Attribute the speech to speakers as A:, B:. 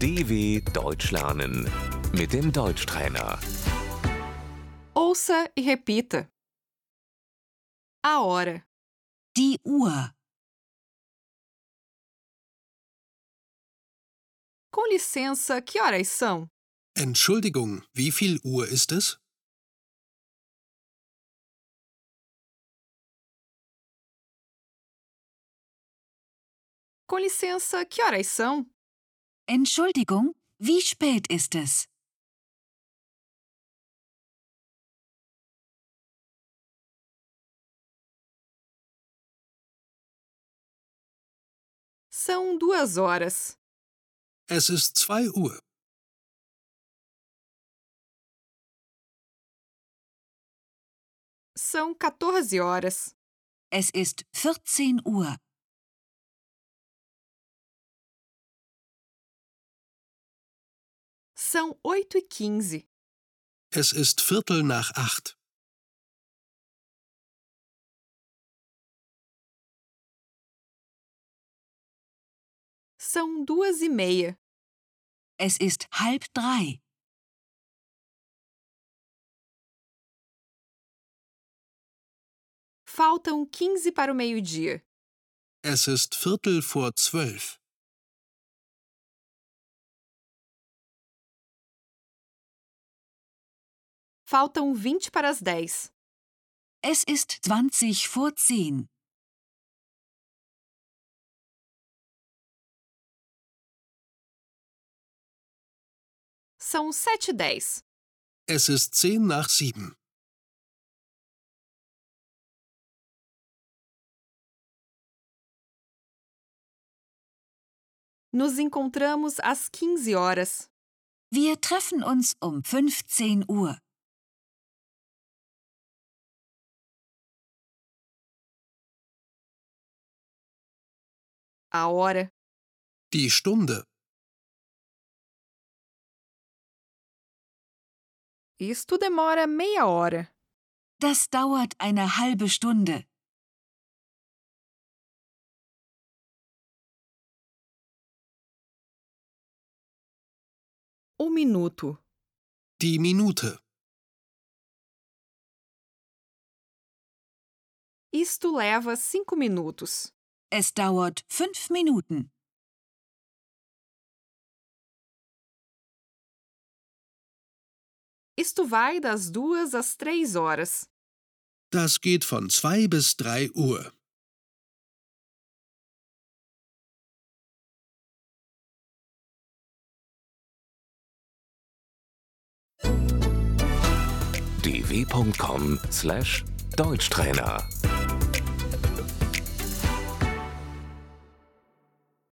A: DW Deutsch lernen mit dem Deutschtrainer.
B: Ouça e repita. A hora,
C: Die Uhr,
B: com licença, que horas são?
D: Entschuldigung, wie viel Uhr ist es?
B: Com licença, que horas são?
C: Entschuldigung, wie spät ist es?
B: São duas horas.
D: Es ist zwei Uhr.
B: São 14 horas.
C: Es ist 14 Uhr.
B: São 8 e 15.
D: Es ist Viertel nach acht.
B: São duas e meia.
C: Es ist halb drei.
B: Faltam 15 para o meio-dia.
D: Es ist Viertel vor zwölf.
B: Faltam 20 para as 10.
C: Es ist 20 vor 10.
B: São 7 e 10.
D: Es ist zehn nach sieben.
B: Nos encontramos às 15 horas.
C: Wir treffen uns um 15 Uhr.
B: A hora,
D: Die Stunde,
B: isto demora meia hora.
C: Das dauert eine halbe Stunde.
B: Um minuto,
D: die Minute,
B: isto leva 5 minutos.
C: Es dauert fünf Minuten.
B: Isto vai das duas às três horas.
D: das geht von zwei bis drei Uhr.
A: dw.com/deutschtrainer